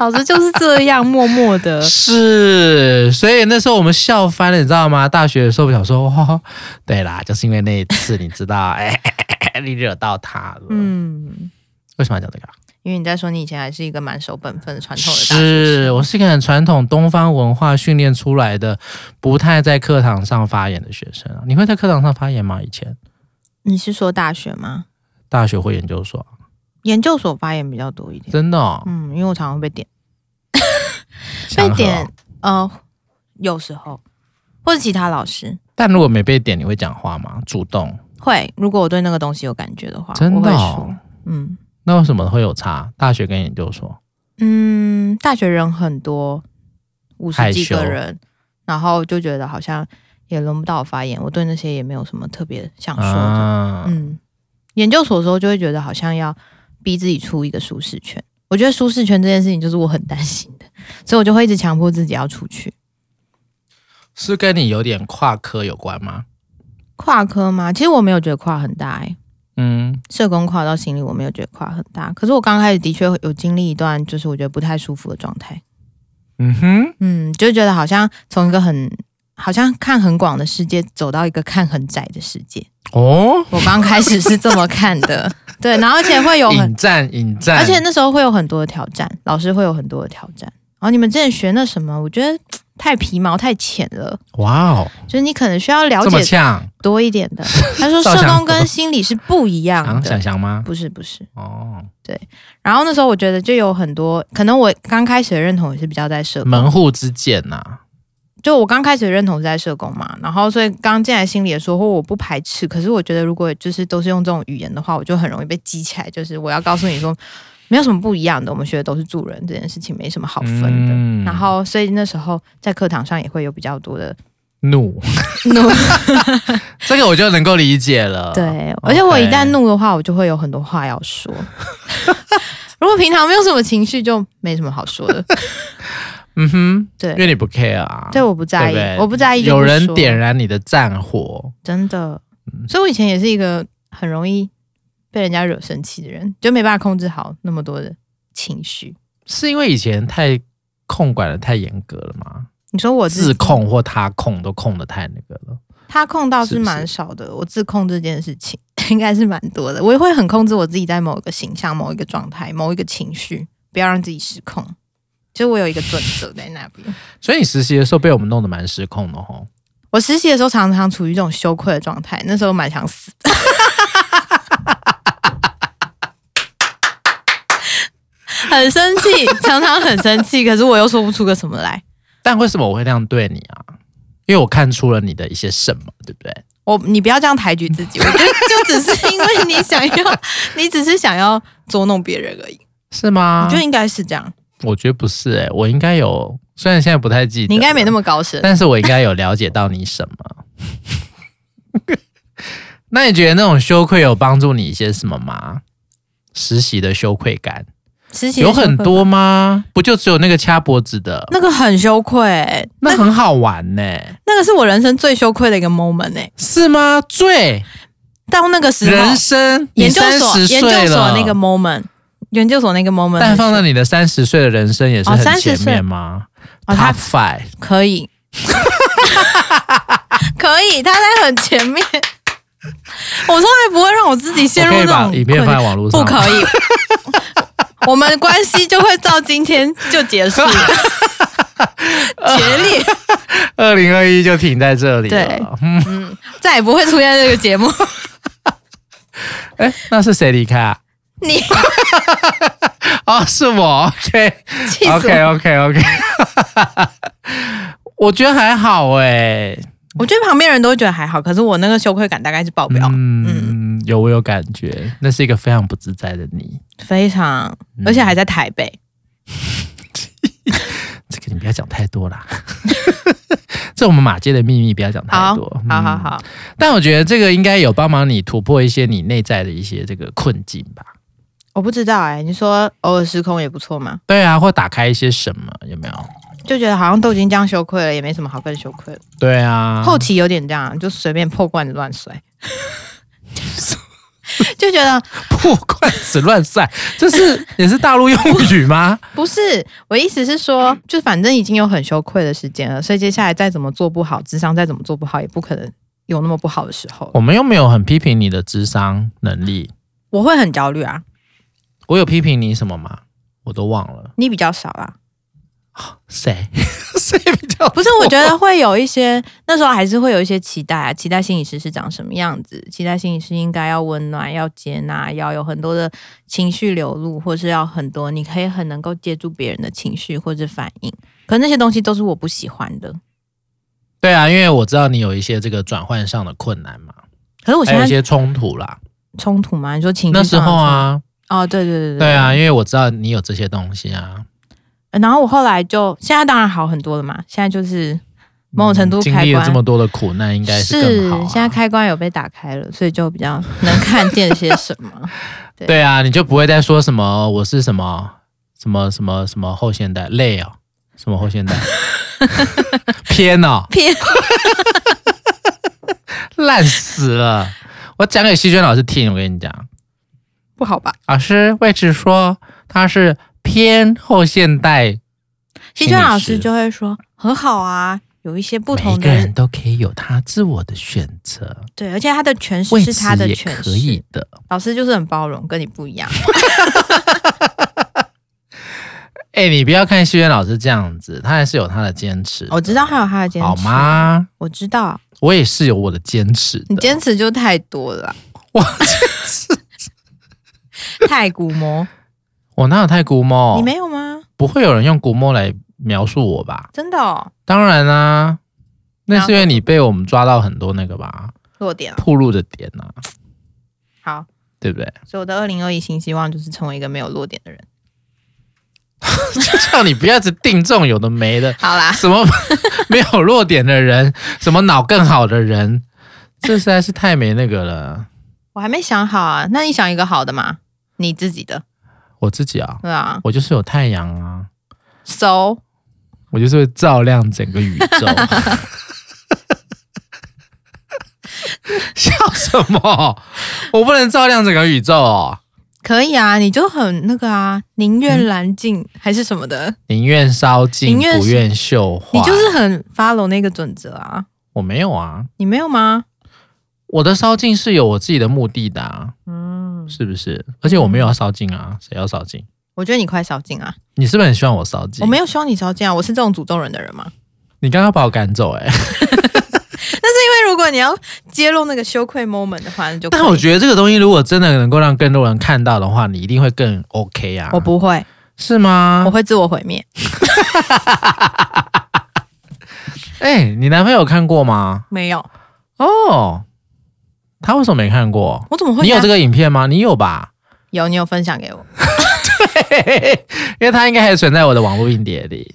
S2: 老师就是这样默默的，
S1: 是，所以那时候我们笑翻了，你知道吗？大学的时候我想说，哦，对啦，就是因为那一次，你知道，哎， 你惹到他了，
S2: 嗯，
S1: 为什么要讲这个啊？
S2: 因为你在说你以前还是一个蛮守本分的传统的大学
S1: 是
S2: 生，
S1: 我是一个很传统东方文化训练出来的，不太在课堂上发言的学生啊。你会在课堂上发言吗？以前
S2: 你是说大学吗？
S1: 大学或研究所，
S2: 研究所发言比较多一点，
S1: 真的、哦、
S2: 嗯，因为我常常会被点，
S1: 祥
S2: 被
S1: 和哦
S2: 点，呃，有时候或者其他老师
S1: 但如果没被点，你会讲话吗？主动，
S2: 会，如果我对那个东西有感觉的话，
S1: 真
S2: 啊我
S1: 的
S2: 会
S1: 哦
S2: 说，嗯
S1: 那为什么会有差？大学跟研究所，
S2: 嗯，大学人很多，五
S1: 害
S2: 十几
S1: 羞
S2: 个人，然后就觉得好像也轮不到我发言，我对那些也没有什么特别想说的，
S1: 啊，
S2: 嗯，研究所的时候就会觉得好像要逼自己出一个舒适圈。我觉得舒适圈这件事情就是我很担心的，所以我就会一直强迫自己要出去。
S1: 是跟你有点跨科有关吗？
S2: 跨科吗？其实我没有觉得跨很大、欸，
S1: 嗯，
S2: 社工跨到心理我没有觉得跨很大。可是我刚开始的确有经历一段就是我觉得不太舒服的状态，
S1: 嗯哼，
S2: 嗯，就觉得好像从一个很好像看很广的世界走到一个看很窄的世界。
S1: 哦，
S2: 我刚开始是这么看 的，对，然后而且会有很
S1: 引战，引战，
S2: 而且那时候会有很多的挑战，老师会有很多的挑战。然后你们之前学那什么，我觉得太皮毛太浅了，
S1: 哇哦，
S2: 就是你可能需要了
S1: 这么
S2: 解
S1: 呛，
S2: 多一点的。他 说
S1: 照
S2: 社
S1: 相
S2: 工跟心理是不一样
S1: 想啊想
S2: 的，
S1: 想吗？
S2: 不是不是。
S1: 哦，
S2: 然后那时候我觉得就有很多，可能我刚开始的认同也是比较在社工，
S1: 门户之见啊呐、
S2: 就我刚开始的认同是在社工嘛，然后所以刚进来心理的时候，我不排斥，可是我觉得如果就是都是用这种语言的话，我就很容易被激起来，就是我要告诉你说。没有什么不一样的，我们学的都是助人这件事情，没什么好分的。
S1: 嗯
S2: 然后所以那时候在课堂上也会有比较多的
S1: 怒，
S2: 怒，
S1: 这个我就能够理解了。，
S2: 对，呃而且我一旦怒的话，我就会有很多话要说。 如果平常没有什么情绪，就没什么好说 的。
S1: 嗯哼，
S2: 对
S1: 因为你不 care 啊，
S2: 对，我不在
S1: 对
S2: 意，
S1: 不对
S2: 我不在意就
S1: 有
S2: 不
S1: 人
S2: 说
S1: 点燃你的战火，
S2: 真的，
S1: 嗯
S2: 所以我以前也是一个很容易被人家惹生气的人，就没办法控制好那么多的情绪。
S1: 是因为以前太控管的太严格了吗？
S2: 你说我
S1: 自
S2: 己，
S1: 控或他控都控的太那个了。
S2: 他控倒
S1: 是
S2: 是
S1: 不是
S2: 蛮少的，我自控这件事情 应该是蛮多的。我也会很控制我自己在某一个形象、某一个状态、某一个情绪，不要让自己失控。其实我有一个准则在那边。
S1: 所以你实习的时候被我们弄得蛮失控的哦吼。
S2: 我实习的时候常常处于一种羞愧的状态，那时候蛮想死的。很生气，常常很生气，可是我又说不出个什么来。
S1: 但为什么我会那样对你啊？因为我看出了你的一些什么，对不对？
S2: 我你不要这样抬举自己，我觉得就只是因为你想要，你只是想要捉弄别人而已。
S1: 是吗？
S2: 我觉得应该是这样，
S1: 我觉得不是诶、我应该有，虽然现在不太记得，
S2: 你应该没那
S1: 么，
S2: 么高深。
S1: 但是我应该有了解到你什么。 那你觉得那种羞愧有帮助你一些什么吗？实习的羞愧感
S2: 实习的
S1: 有
S2: 时候
S1: 很
S2: 会
S1: 多吗？不就只有那个掐脖子的，
S2: 那个很羞愧、欸，
S1: 那很好玩呢、
S2: 那个是我人生最羞愧的一个 moment 哎、
S1: 是吗？最
S2: 到那个时候，
S1: 人生，
S2: 研究所
S1: 30
S2: 研
S1: 岁
S2: 究
S1: 了，
S2: 所那个 moment，研究所那个 moment，
S1: 但放到你的三十岁的人生也是
S2: 哦
S1: 很
S2: 30
S1: 前
S2: 岁
S1: 面吗、
S2: 哦
S1: t o
S2: 他
S1: p Five，
S2: 可以，可以，他在很前面。我从来不会让我自己陷
S1: 我
S2: 入
S1: 可以
S2: 那
S1: 把
S2: 种
S1: 影片放
S2: 困境
S1: 在网络上
S2: 不
S1: 吗，
S2: 可 以。我们的关系就会到今天就结 束，决裂，
S1: 二零二一就停在这里
S2: 对
S1: 了。嗯，
S2: 再也不会出现这个节目。
S1: 哎，那是谁离开啊？
S2: 你
S1: 哦，是我。
S2: 气死我
S1: OK，OK，OK，OK。我觉得还好哎、
S2: 我觉得旁边人都会觉得还好，可是我那个羞愧感大概是爆表，
S1: 嗯，有我有感觉，那是一个非常不自在的你。
S2: 非常，
S1: 嗯
S2: 而且还在台北。
S1: 这个你不要讲太多啦， 这我们马街的秘密，不要讲太
S2: 好
S1: 多。嗯
S2: 好好好，
S1: 但我觉得这个应该有帮忙你突破一些你内在的一些这个困境吧？
S2: 欸我不知道哎、你说偶尔失控也不错嘛？
S1: 对啊，或打开一些什么有没有？
S2: 就觉得好像都已经这样羞愧了，也没什么好更羞愧了。
S1: 对啊，
S2: 后期有点这样，就随便破罐子乱摔， 就觉得
S1: 破罐子乱晒，这是也是大陆用语吗？
S2: 不是我意思是说，就反正已经有很羞愧的时间了，所以接下来再怎么做不好，智商再怎么做不好，也不可能有那么不好的时候。
S1: 我们又没有很批评你的智商能力，
S2: 我会很焦虑啊，
S1: 我有批评你什么吗？我都忘了，
S2: 你比较少啦。
S1: 谁 谁比 较
S2: 不是，我觉得会有一些， 那时候还是会有一些期待啊，期待心理师是长什么样子，期待心理师应该要温暖、要接纳、要有很多的情绪流露，或是要很多你可以很能够接住别人的情绪或者反应。可那些东西都是我不喜欢的。
S1: 对啊，因为我知道你有一些这个转换上的困难嘛，
S2: 可是我
S1: 还
S2: 现
S1: 有一
S2: 在
S1: 些冲突啦。
S2: 冲突嘛，你说情绪
S1: 那时
S2: 上的
S1: 候啊，
S2: 冲突，哦，对对对
S1: 对啊，因为我知道你有这些东西啊，
S2: 然后我后来就现在当然好很多了嘛，现在就是某种程度
S1: 嗯经
S2: 开
S1: 历了
S2: 关
S1: 这么多的苦难，应该
S2: 是
S1: 更好啊。
S2: 现在开关有被打开了，所以就比较能看见些什么。
S1: 对啊，你就不会再说什么我是什么什么什么什么后现代累哦，什么后现代 偏哦
S2: 偏
S1: 烂死了！我讲给希娟老师听，我跟你讲，
S2: 不好吧？
S1: 老师位置说他是偏后现代，
S2: 西娟老
S1: 心理
S2: 师
S1: 师
S2: 就会说很好啊，有一些不
S1: 每
S2: 同
S1: 个人
S2: 的
S1: 都可以有他自我的选择，
S2: 对，而且他的诠
S1: 位
S2: 释
S1: 置
S2: 是他的
S1: 也
S2: 诠
S1: 可
S2: 释
S1: 以。的。
S2: 老师就是很包容，跟你不一样。
S1: 哎、你不要看希娟老师这样子，他还是有他的坚持的，
S2: 我知道他有他的坚持，
S1: 好？吗？
S2: 我知道
S1: 我也是有我的坚持的，
S2: 你坚持就太多了啦，
S1: 我
S2: 太古魔，
S1: 我哪有太古摸？
S2: 你没有吗？
S1: 不会有人用古摸来描述我吧？
S2: 真的哦，
S1: 当然啦、那是因为你被我们抓到很多那个吧，
S2: 弱点了。
S1: 铺路的点呐、
S2: 好，
S1: 对不对？
S2: 所以我的二零二一新希望就是成为一个没有弱点的人。
S1: 就叫你不要一直定中有的没 的，
S2: 好啦，
S1: 什么 没有弱点的人，什么脑更好的人，这实在是太没那个了。
S2: 我还没想好啊，那你想一个好的嘛？你自己的，
S1: 我自己啊，
S2: 对啊
S1: 我就是有太阳啊，
S2: ，so
S1: 我就是会照亮整个宇 宙。 笑什么？我不能照亮整个宇宙哦，
S2: 可以啊，你就很那个啊，宁愿蓝镜、还是什么的，
S1: 宁愿烧尽，
S2: 宁愿
S1: 不愿绣花。
S2: 你就是很 follow 那个准则啊，
S1: 我没有啊，
S2: 你没有吗？
S1: 我的烧尽是有我自己的目的的、啊，
S2: 嗯，
S1: 是不是？而且我没有要烧尽啊，谁要烧尽？
S2: 我觉得你快烧尽啊！
S1: 你是不是很希望我烧尽？
S2: 我没有希望你烧尽啊，我是这种诅咒人的人吗？
S1: 你刚刚把我赶走哎、
S2: 因为如果你要揭露那个羞愧 moment 的话，你 就
S1: 但我
S2: 得
S1: 觉得这个东西如果真的能够让更多人看到的话，你一定会更 OK 啊。
S2: 我不会，
S1: 是吗
S2: 我？会自我毁灭。
S1: 哎、你男朋友看过吗？
S2: 没有，
S1: 哦，他为什么没看过？
S2: 我怎么会？
S1: 你有这
S2: 个？
S1: 个影片吗？你有吧？
S2: 有，你有分享给我。
S1: 因为它应该还存在我的网络硬碟 里。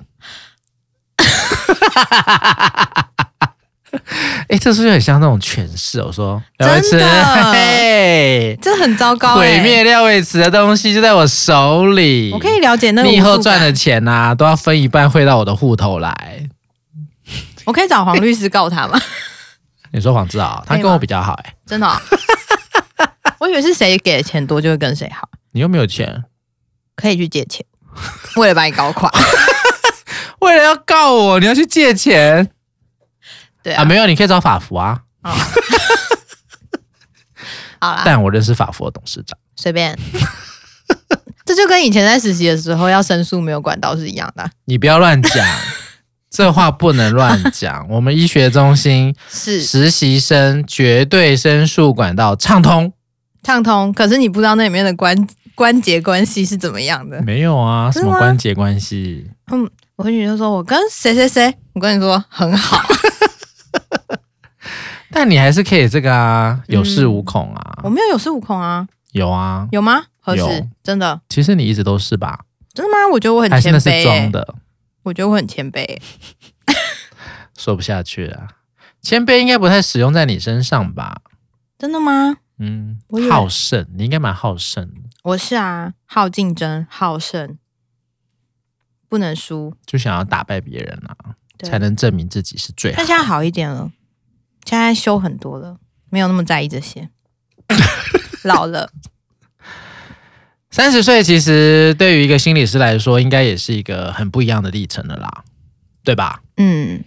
S1: 哎、这是不是很像那种诠释？我说廖伟慈，
S2: 真 的
S1: 嘿，
S2: 这很糟糕、欸，
S1: 毁灭廖伟慈的东西就在我手里。
S2: 我可以了解那个。
S1: 你以后赚的，钱呐、都要分一半汇到我的户头来。
S2: 我可以找黄律师告他吗？
S1: 你说黄志豪，他
S2: 可以
S1: 跟我
S2: 吗
S1: 比较好哎、
S2: 真的哦、我以为是谁给的钱多就会跟谁好，
S1: 你又没有钱，
S2: 可以去借钱， 为了把你 搞垮。
S1: 为了要告我，你要去借钱
S2: 对
S1: 啊
S2: 啊，
S1: 没有，你可以找法服啊。
S2: 好啦，
S1: 但我认识法佛董事长。
S2: 随便。 这就跟以前在实习的时候要申诉没有管道是一样的啊、
S1: 你不要乱讲，这话不能乱讲。我们医学中心
S2: 是
S1: 实习生绝对申诉管道畅通。
S2: 畅通，可是你不知道那里面的关关节关系是怎么样的。
S1: 没有啊，什
S2: 真的
S1: 么
S2: 吗
S1: 关节关系？
S2: 嗯，我回去就说我跟谁谁谁，我跟你说很 好，
S1: 但你还是可以这个啊，有恃
S2: 嗯
S1: 无恐啊。
S2: 我没有有恃无恐啊，
S1: 有啊，
S2: 有吗？何时
S1: 有？
S2: 真的
S1: 其实你一直都是吧？
S2: 真的吗？我觉得我很
S1: 还是
S2: 谦
S1: 那
S2: 卑、
S1: 是
S2: 欸
S1: 装，的？
S2: 我觉得我很谦卑欸、
S1: 说不下去了。谦卑应该不太使用在你身上吧？
S2: 真的吗？
S1: 嗯
S2: 我以，为
S1: 好胜，你应该蛮好胜的。
S2: 我是啊，好竞争，好胜，不能输。
S1: 就想要打败别人啊，
S2: 对
S1: 才能证明自己是最好
S2: 但。现在好一点了，现在修很多了，没有那么在意 这些。老了，
S1: 三十岁其实对于一个心理师来说，应该也是一个很不一样的历程了啦，对吧？
S2: 嗯，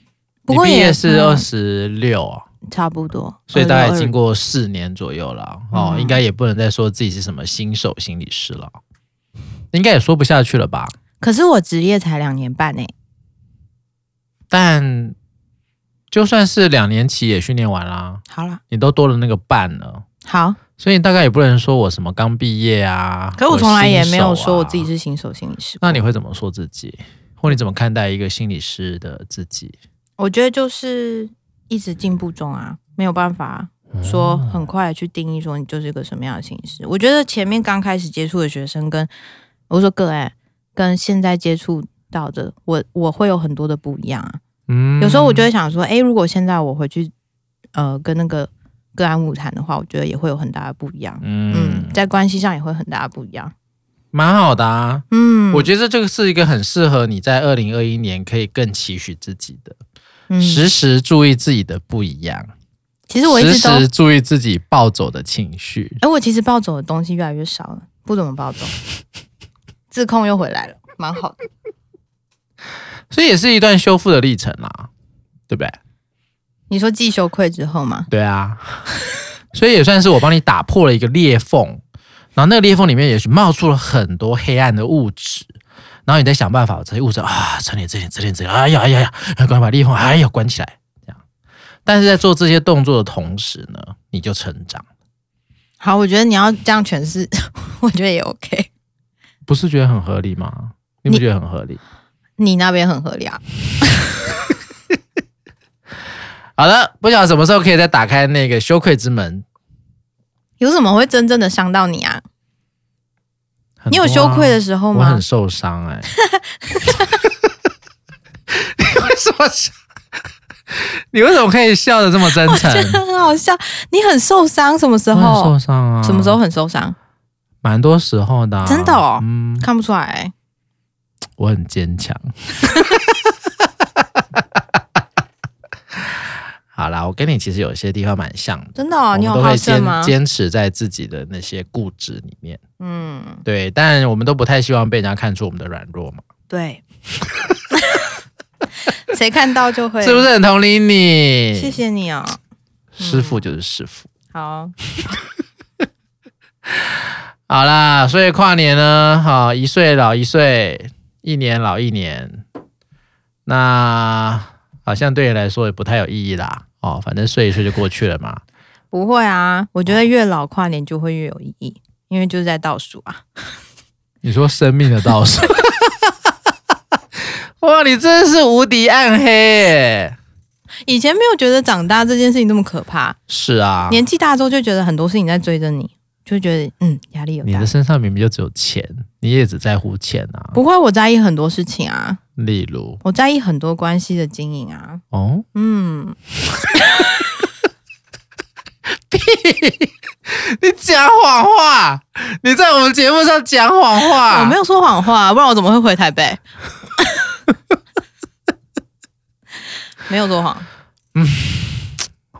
S2: 不过
S1: 你毕
S2: 也
S1: 业是二
S2: 嗯
S1: 十六，
S2: 差不多，
S1: 所以大概
S2: 26
S1: 经过四年左右了哦，
S2: 嗯
S1: 应该也不能再说自己是什么新手心理师了，应该也说不下去了吧？
S2: 可是我职业才两年半诶、
S1: 但就算是两年期也训练完啦，
S2: 好啦，
S1: 你都多了那个半了。
S2: 好，
S1: 所以大概也不能说我什么刚毕业啊，
S2: 可是我从来也没有
S1: 新手啊
S2: 说我自己。是新手心理师。
S1: 那你会怎么说自己，或你怎么看待一个心理师的自己？
S2: 我觉得就是一直进步中啊，没有办法说很快地去定义说你就是一个什么样的形式。我觉得前面刚开始接触的学生跟我说个案，跟现在接触到的我，我会有很多的不一样啊。
S1: 嗯
S2: 有时候我就会想说，诶，如果现在我回去呃跟那个个案物谈的话，我觉得也会有很大的不一样。嗯
S1: 嗯，，
S2: 在关系上也会很大的不一样。
S1: 蛮好的啊。
S2: 嗯，
S1: 我觉得这个是一个很适合你在二零二一年可以更期许自己的，
S2: 嗯
S1: 时时注意自己的不一样，
S2: 其实我一
S1: 时
S2: 直都，
S1: 时注意自己暴走的情绪。
S2: 哎、我其实暴走的东西越来越少了，不怎么 暴走，自控又回来了，蛮好的。
S1: 所以也是一段修复的历程啦，对不对？
S2: 你说既羞愧之后吗？
S1: 对啊，所以也算是我帮你打破了一个裂缝，然后那个裂缝里面也许冒出了很多黑暗的物质，然后你再想办法把这些物质啊，这点这点这点这点，哎呀哎呀哎呀，赶快把裂缝哎呀关起来，这样。但是在做这些动作的同时呢，你就成长，
S2: 好，我觉得你要这样诠释， 我觉得也 OK。
S1: 不是觉得很合理吗？你不
S2: 你
S1: 觉得很合理？
S2: 你那边很合理啊，
S1: 好了，不晓得什么时候可以再打开那个羞愧之门。
S2: 有什么会真正的伤到你啊？
S1: 很
S2: 你有
S1: 多啊
S2: 羞愧的时候
S1: 我
S2: 吗
S1: 很？受伤哎、 你为什么笑？ 你为什么可以笑的这么真诚？
S2: 觉得很好笑，你很受伤，什么时
S1: 我很
S2: 候
S1: 受？伤啊，
S2: 什么时候？很受伤？
S1: 蛮多时候的啊、
S2: 真的哦
S1: 嗯，
S2: 看不出来、欸，
S1: 我很坚强。 好啦，我跟你其实有些地方蛮像的。
S2: 真的哦，
S1: 我
S2: 你
S1: 们
S2: 有
S1: 都
S2: 好
S1: 会
S2: 胜
S1: 坚
S2: 吗？
S1: 坚持在自己的那些固执里面，
S2: 嗯，
S1: 对，但我们都不太希望被人家看出我们的软弱嘛，
S2: 对， 谁看到就会，
S1: 是不？是很同理你？
S2: 谢谢你哦，
S1: 师傅就是师傅。
S2: 好。
S1: 好啦，所以跨年呢，好一岁老一岁，一年老一年，那好像对你来说也不太有意义啦。哦，反正睡一睡就过去了嘛。
S2: 不会啊，我觉得越老跨年就会越有意义，因为就是在倒数啊。
S1: 你说生命的倒数， 哇，你真的是无敌暗黑耶！
S2: 以前没有觉得长大这件事情那么可怕，
S1: 是啊，
S2: 年纪大之后就觉得很多事情在追着你，就觉得嗯压力有
S1: 你
S2: 大
S1: 的。身上明明就只有钱，你也只在乎钱啊。
S2: 不会，我在意很多事情啊，
S1: 例如，
S2: 我在意很多关系的经营啊。
S1: 哦，
S2: 嗯，
S1: 你讲谎话，你在我们节目上讲谎话，
S2: 我没有说谎话，不然我怎么会回台北？没有说谎。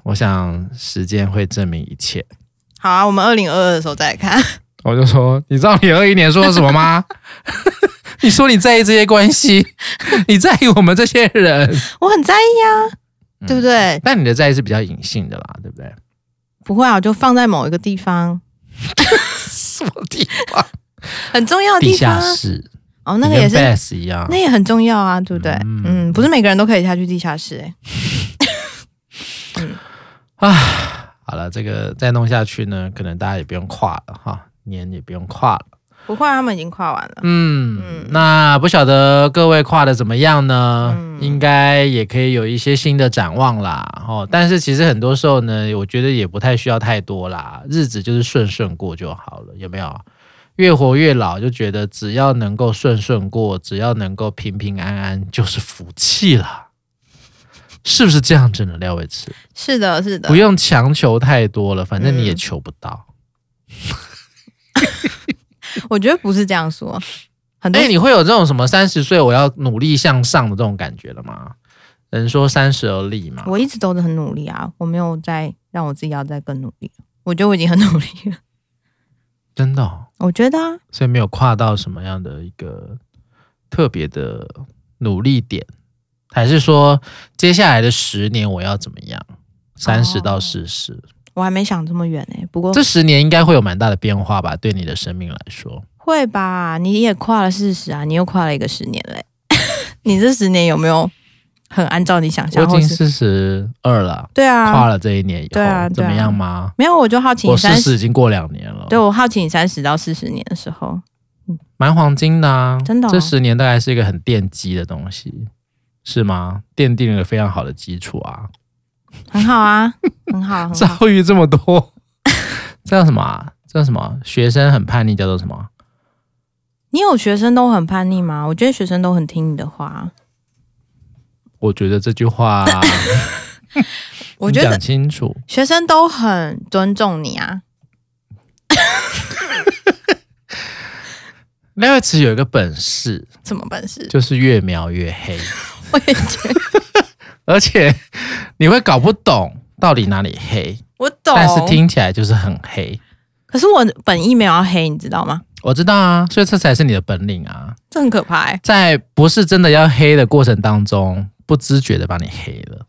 S1: 我想时间会证明一切。
S2: 好啊，我们二零二二的时候再来看。
S1: 我就说，你知道你二一年说了什么 吗？你说你在意这些关 系，你在意我们这些人，
S2: 我很在意啊，
S1: 嗯
S2: 对不对？
S1: 但你的在意是比较隐性的啦，对不对？
S2: 不会啊，我就放在某一个地方，
S1: 什么地方？
S2: 很重要的
S1: 啊地
S2: 地方
S1: 下
S2: 啊。
S1: 室，
S2: 哦，那个
S1: 你
S2: 也
S1: 跟
S2: 是
S1: Bass 一样
S2: 那。也很重要啊，对不对？
S1: 嗯
S2: 嗯不是每个人都可以下去地下室、欸，
S1: 好了，这个再弄下去呢，可能大家也不用跨了哈，年也不用跨了。
S2: 不会啊，他们已经跨完了。
S1: 嗯，那不晓得各位跨的怎么样呢？
S2: 嗯
S1: 应该也可以有一些新的展望啦。哦，但是其实很多时候呢，我觉得也不太需要太多啦，日子就是顺顺过就好了，有没有？越活越老，就觉得只要能够顺顺过，只要能够平平安安，就是福气啦。是不是这样子呢，廖伟慈？
S2: 是的，是的
S1: 不，用强求太多了，反正你也
S2: 嗯
S1: 求不到。
S2: 我觉得不是这样说，很多
S1: 哎，你会有这种什么三十岁我要努力向上的这种感觉的吗？人说三十而立嘛，
S2: 我一直都是很努力啊，我没有在让我自己要再更努力。我觉得我已经很努力了，
S1: 真的、哦，
S2: 我觉得啊，
S1: 所以没有跨到什么样的一个特别的努力点，还是说接下来的十年我要怎么样？三十
S2: 哦
S1: 到四十、
S2: 我还没想这么远哎、不过
S1: 这十年应该会有蛮大的变化吧？对你的生命来说，
S2: 会吧？你也跨了四十啊，你又跨了一个十年嘞、 你这十年有没有很按照你想
S1: 我
S2: 象？
S1: 已
S2: 或
S1: 经
S2: 是
S1: 四十二了，
S2: 对
S1: 跨
S2: 啊，
S1: 了这一年以后，
S2: 对啊对
S1: 怎
S2: 啊
S1: 么样吗？
S2: 没有，我就好奇你
S1: 我四
S2: 三
S1: 十
S2: 十，
S1: 已经过两年了，
S2: 对我好奇你三十到四十年的时候，
S1: 蛮黄金的啊，
S2: 真的哦
S1: 这十年大概是一个很奠基的东西，是吗？奠定了一个非常好的基础啊。
S2: 很 好啊，很好，很好。
S1: 遭遇这么多， 这叫什么、啊？这叫什么？学生很叛逆，叫做什么？啊
S2: 你有学生都很叛逆吗？我觉得学生都很听你的话。啊
S1: 我觉得这句话，
S2: 我觉得
S1: 讲清楚。
S2: 学生都很尊重你啊。
S1: 廖月慈有一个本事，
S2: 什么 本事？
S1: 就是越描越黑，
S2: 我也觉得
S1: 而且你会搞不懂到底哪里黑，
S2: 我懂，
S1: 但是听起来就是很黑。
S2: 可是我本意没有要黑，你知道吗？
S1: 我知道啊，所以这才是你的本领啊。
S2: 这很可怕、欸。
S1: 在不是真的要黑的过程当中，不知觉的把你黑了。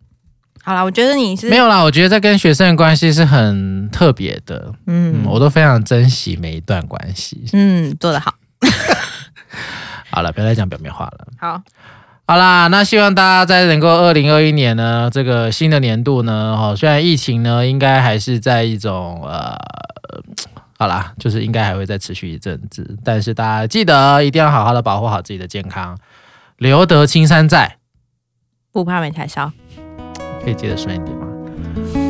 S2: 好啦，我觉得你是
S1: 没有啦，我觉得这跟学生的关系是很特别的，嗯，
S2: 嗯
S1: 我都非常珍惜每一段关系。
S2: 嗯做得好，
S1: 好了，不要再讲表面话了。
S2: 好
S1: 好啦，那希望大家在能够二零二一年呢，这个新的年度呢，哦，虽然疫情呢，应该还是在一种呃。好啦，就是应该还会再持续一阵子，但是大家记得一定要好好的保护好自己的健康，留得青山在，
S2: 不怕没柴烧，
S1: 可以接得顺一点吗？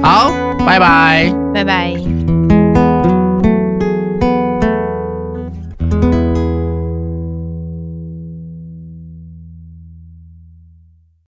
S1: 好，拜拜。
S2: 拜拜。